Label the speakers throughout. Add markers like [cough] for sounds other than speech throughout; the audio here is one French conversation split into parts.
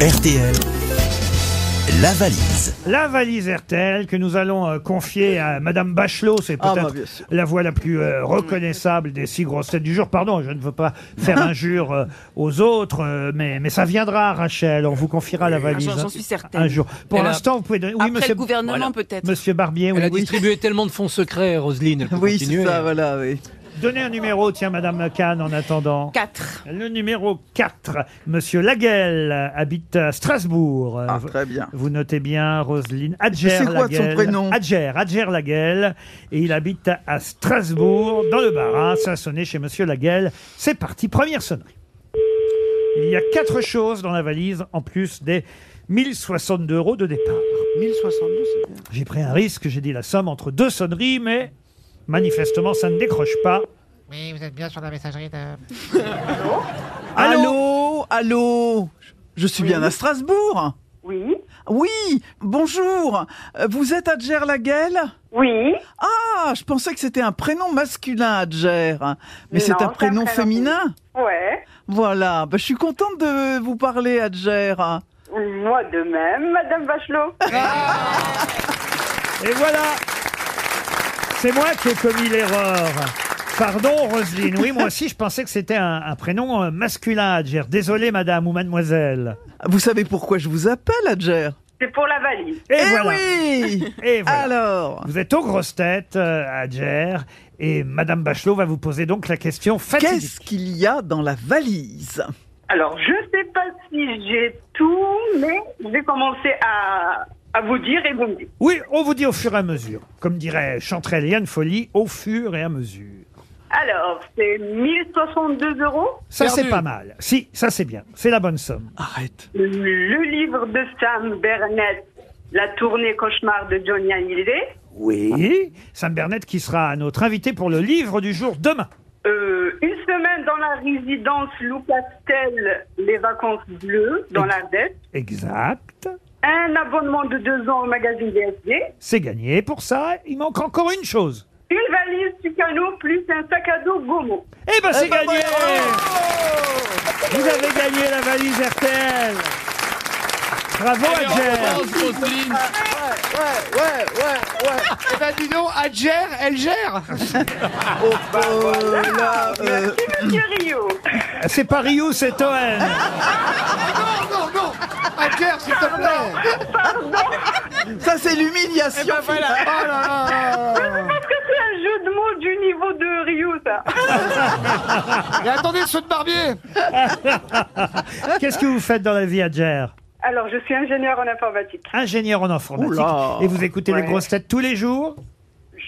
Speaker 1: RTL, la valise.
Speaker 2: La valise RTL que nous allons euh, confier à Madame Bachelot, c'est
Speaker 3: Ah,
Speaker 2: peut-être
Speaker 3: bah, bien sûr.
Speaker 2: la voix la plus euh, reconnaissable des six grosses têtes du jour. Pardon, je ne veux pas
Speaker 3: [laughs]
Speaker 2: faire injure euh, aux autres, euh, mais, mais ça viendra, Rachel. On vous confiera la valise
Speaker 4: j'en- j'en
Speaker 2: hein,
Speaker 4: suis certaine.
Speaker 2: un jour. Pour
Speaker 5: Elle a-
Speaker 2: l'instant, vous pouvez donner.
Speaker 4: Après le gouvernement, peut-être.
Speaker 2: Monsieur Barbier, oui,
Speaker 5: Elle a
Speaker 2: oui.
Speaker 5: distribué tellement de fonds secrets, Roselyne. elle peut
Speaker 3: Oui,
Speaker 5: continuer.
Speaker 3: c'est ça, voilà, oui.
Speaker 2: Donnez un numéro, tiens, Madame Kahn, en attendant.
Speaker 4: 4.
Speaker 2: Le numéro 4, Monsieur Laguel euh, habite à Strasbourg. Euh,
Speaker 3: Ah,
Speaker 2: v-
Speaker 3: très bien.
Speaker 2: Vous notez bien Roselyne Adger
Speaker 3: C'est quoi de son
Speaker 2: Laguel.
Speaker 3: prénom
Speaker 2: Adger, Adger Laguel. Et il habite à- à Strasbourg, dans le Bas-Rhin. Ça a sonné chez Monsieur Laguel. C'est parti, première sonnerie. Il y a quatre choses dans la valise, en plus des 1062 euros de départ.
Speaker 3: 1062, c'est bien.
Speaker 2: J'ai pris un risque, j'ai dit la somme entre deux sonneries, mais manifestement, ça ne décroche pas.
Speaker 6: Oui, vous êtes bien sur la messagerie de...
Speaker 3: Allô Allô Je suis bien à Strasbourg
Speaker 7: Oui,
Speaker 3: Oui Bonjour Euh, Vous êtes Adger Laguel
Speaker 7: oui.
Speaker 3: Ah Je pensais que c'était un prénom masculin, Adger. Mais c'est
Speaker 7: Non,
Speaker 3: un
Speaker 7: c'est un
Speaker 3: prénom
Speaker 7: prénom
Speaker 3: féminin
Speaker 7: Ouais.
Speaker 3: Voilà. Bah, je suis contente de vous parler, Adger.
Speaker 7: Moi de même, Madame Bachelot.
Speaker 2: Et voilà C'est moi qui ai commis l'erreur. Pardon, Roselyne. Oui, moi aussi, je pensais que c'était un, un prénom euh, masculin, Adger. Désolé, madame ou mademoiselle.
Speaker 3: Vous savez pourquoi je vous appelle, Adger
Speaker 7: C'est pour la valise.
Speaker 2: Et
Speaker 3: Eh [laughs]
Speaker 2: voilà.
Speaker 3: oui
Speaker 2: Et voilà.
Speaker 3: Alors
Speaker 2: Vous êtes aux grosses têtes, euh, Adger. Et madame Bachelot va vous poser donc la question
Speaker 3: Qu'est-ce
Speaker 2: fatidique.
Speaker 3: qu'il y a dans la valise
Speaker 7: Alors, je sais pas si j'ai tout, mais je vais commencer à, à vous dire et vous me dites.
Speaker 2: Oui, on vous dit au fur et à mesure. Comme dirait Chanterelle et Yann Folly, au fur et à mesure.
Speaker 7: Alors, c'est 1062 euros.
Speaker 2: Ça,
Speaker 5: Perdu.
Speaker 2: c'est pas mal. Si, ça, c'est bien. C'est la bonne somme.
Speaker 3: Arrête.
Speaker 7: Le livre de Sam Bernet, La tournée cauchemar de Johnny Hallyday.
Speaker 2: Oui. Sam Bernet qui sera notre invité pour le livre du jour demain.
Speaker 7: Euh, une semaine dans la résidence Loucastel, Les vacances bleues, dans l'Ardèche.
Speaker 2: Exact.
Speaker 7: Un abonnement de deux ans au magazine DSD.
Speaker 2: C'est gagné. Pour ça, il manque encore une chose.
Speaker 7: Une valise Tucano plus un sac à dos Gomo.
Speaker 2: Eh ben, c'est
Speaker 3: ben,
Speaker 2: gagné
Speaker 3: bravo
Speaker 2: Vous avez gagné la valise RTL Bravo, Adger
Speaker 3: Ouais, ouais, ouais, ouais.
Speaker 6: Eh ben dis donc, elle gère, elle gère
Speaker 3: Oh, euh, là, euh,
Speaker 7: Merci, monsieur Rio.
Speaker 2: C'est pas Rio, c'est OM
Speaker 6: Non, non, non Elle gère, s'il te plaît
Speaker 3: ça c'est l'humiliation.
Speaker 6: Oh là là là là là.
Speaker 7: Parce que c'est un jeu de mots du niveau de Rio, ça.
Speaker 6: Et attendez, ceux de Barbier
Speaker 2: Qu'est-ce que vous faites dans la vie, Adger
Speaker 7: Alors, je suis ingénieur en informatique.
Speaker 2: Ingénieur en informatique.
Speaker 3: Oula.
Speaker 2: Et vous écoutez les
Speaker 7: Ouais.
Speaker 2: grosses têtes tous les jours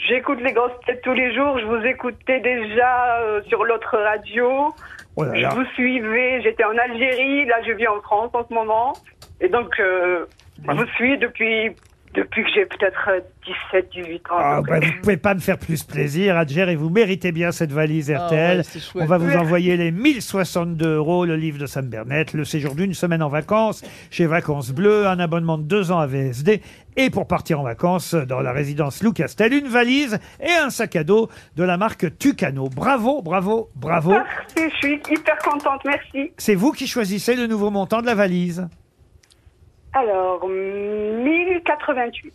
Speaker 7: J'écoute les grosses têtes tous les jours. Je vous écoutais déjà euh, sur l'autre radio.
Speaker 2: Oh là
Speaker 7: Je
Speaker 2: là.
Speaker 7: vous suivais. J'étais en Algérie. Là, je vis en France en ce moment. Et donc, euh, je vous suis depuis, depuis que j'ai peut-être euh, 17, 18 ans.
Speaker 2: Ah,
Speaker 7: Donc,
Speaker 5: euh,
Speaker 2: bah, vous pouvez pas me faire plus plaisir, Adger, et vous méritez bien cette valise
Speaker 5: Ah,
Speaker 2: RTL.
Speaker 5: ouais, c'est chouette.
Speaker 2: On va vous envoyer les 1062 euros, le livre de Sam Bernet, le séjour d'une semaine en vacances chez Vacances Bleues, un abonnement de deux ans à VSD, et pour partir en vacances dans la résidence Lou Castel, une valise et un sac à dos de la marque Tucano. Bravo, bravo, bravo.
Speaker 5: Ah.
Speaker 7: Merci, je suis hyper contente. Merci.
Speaker 2: C'est vous qui choisissez le nouveau montant de la valise.
Speaker 7: Alors, 1088.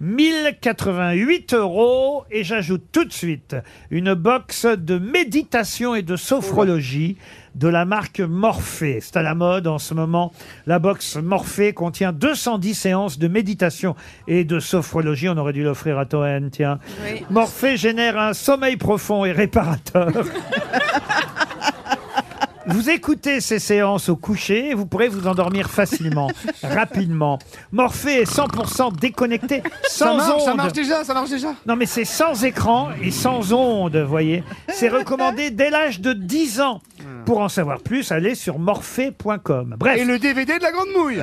Speaker 2: 1088 euros et j'ajoute tout de suite une box de méditation et de sophrologie de la marque Morphée. C'est à la mode en ce moment. La box Morphée contient 210 séances de méditation et de sophrologie. On aurait dû l'offrir à Toen, tiens. Morphée génère un sommeil profond et
Speaker 6: [laughs]
Speaker 2: réparateur. Vous écoutez ces séances au coucher et vous pourrez vous endormir
Speaker 6: [laughs]
Speaker 2: facilement, rapidement. Morphée est 100% déconnecté,
Speaker 6: Ça
Speaker 2: sans
Speaker 6: marche, ça
Speaker 2: ondes.
Speaker 6: marche déjà, ça marche déjà
Speaker 2: Non mais c'est sans écran et sans ondes, voyez.
Speaker 6: [laughs]
Speaker 2: C'est recommandé dès l'âge de 10 ans. Pour en savoir plus, allez sur morphée.com. Bref.
Speaker 6: Hmm. Et le DVD de la Grande Mouille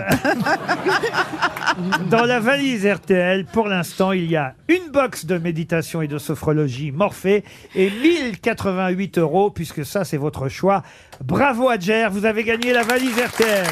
Speaker 2: Dans la valise RTL, pour l'instant, il y a une box de méditation et de sophrologie Morphée et 1088 euros, puisque ça, c'est votre choix. Bravo, Adger, vous avez gagné la valise RTL.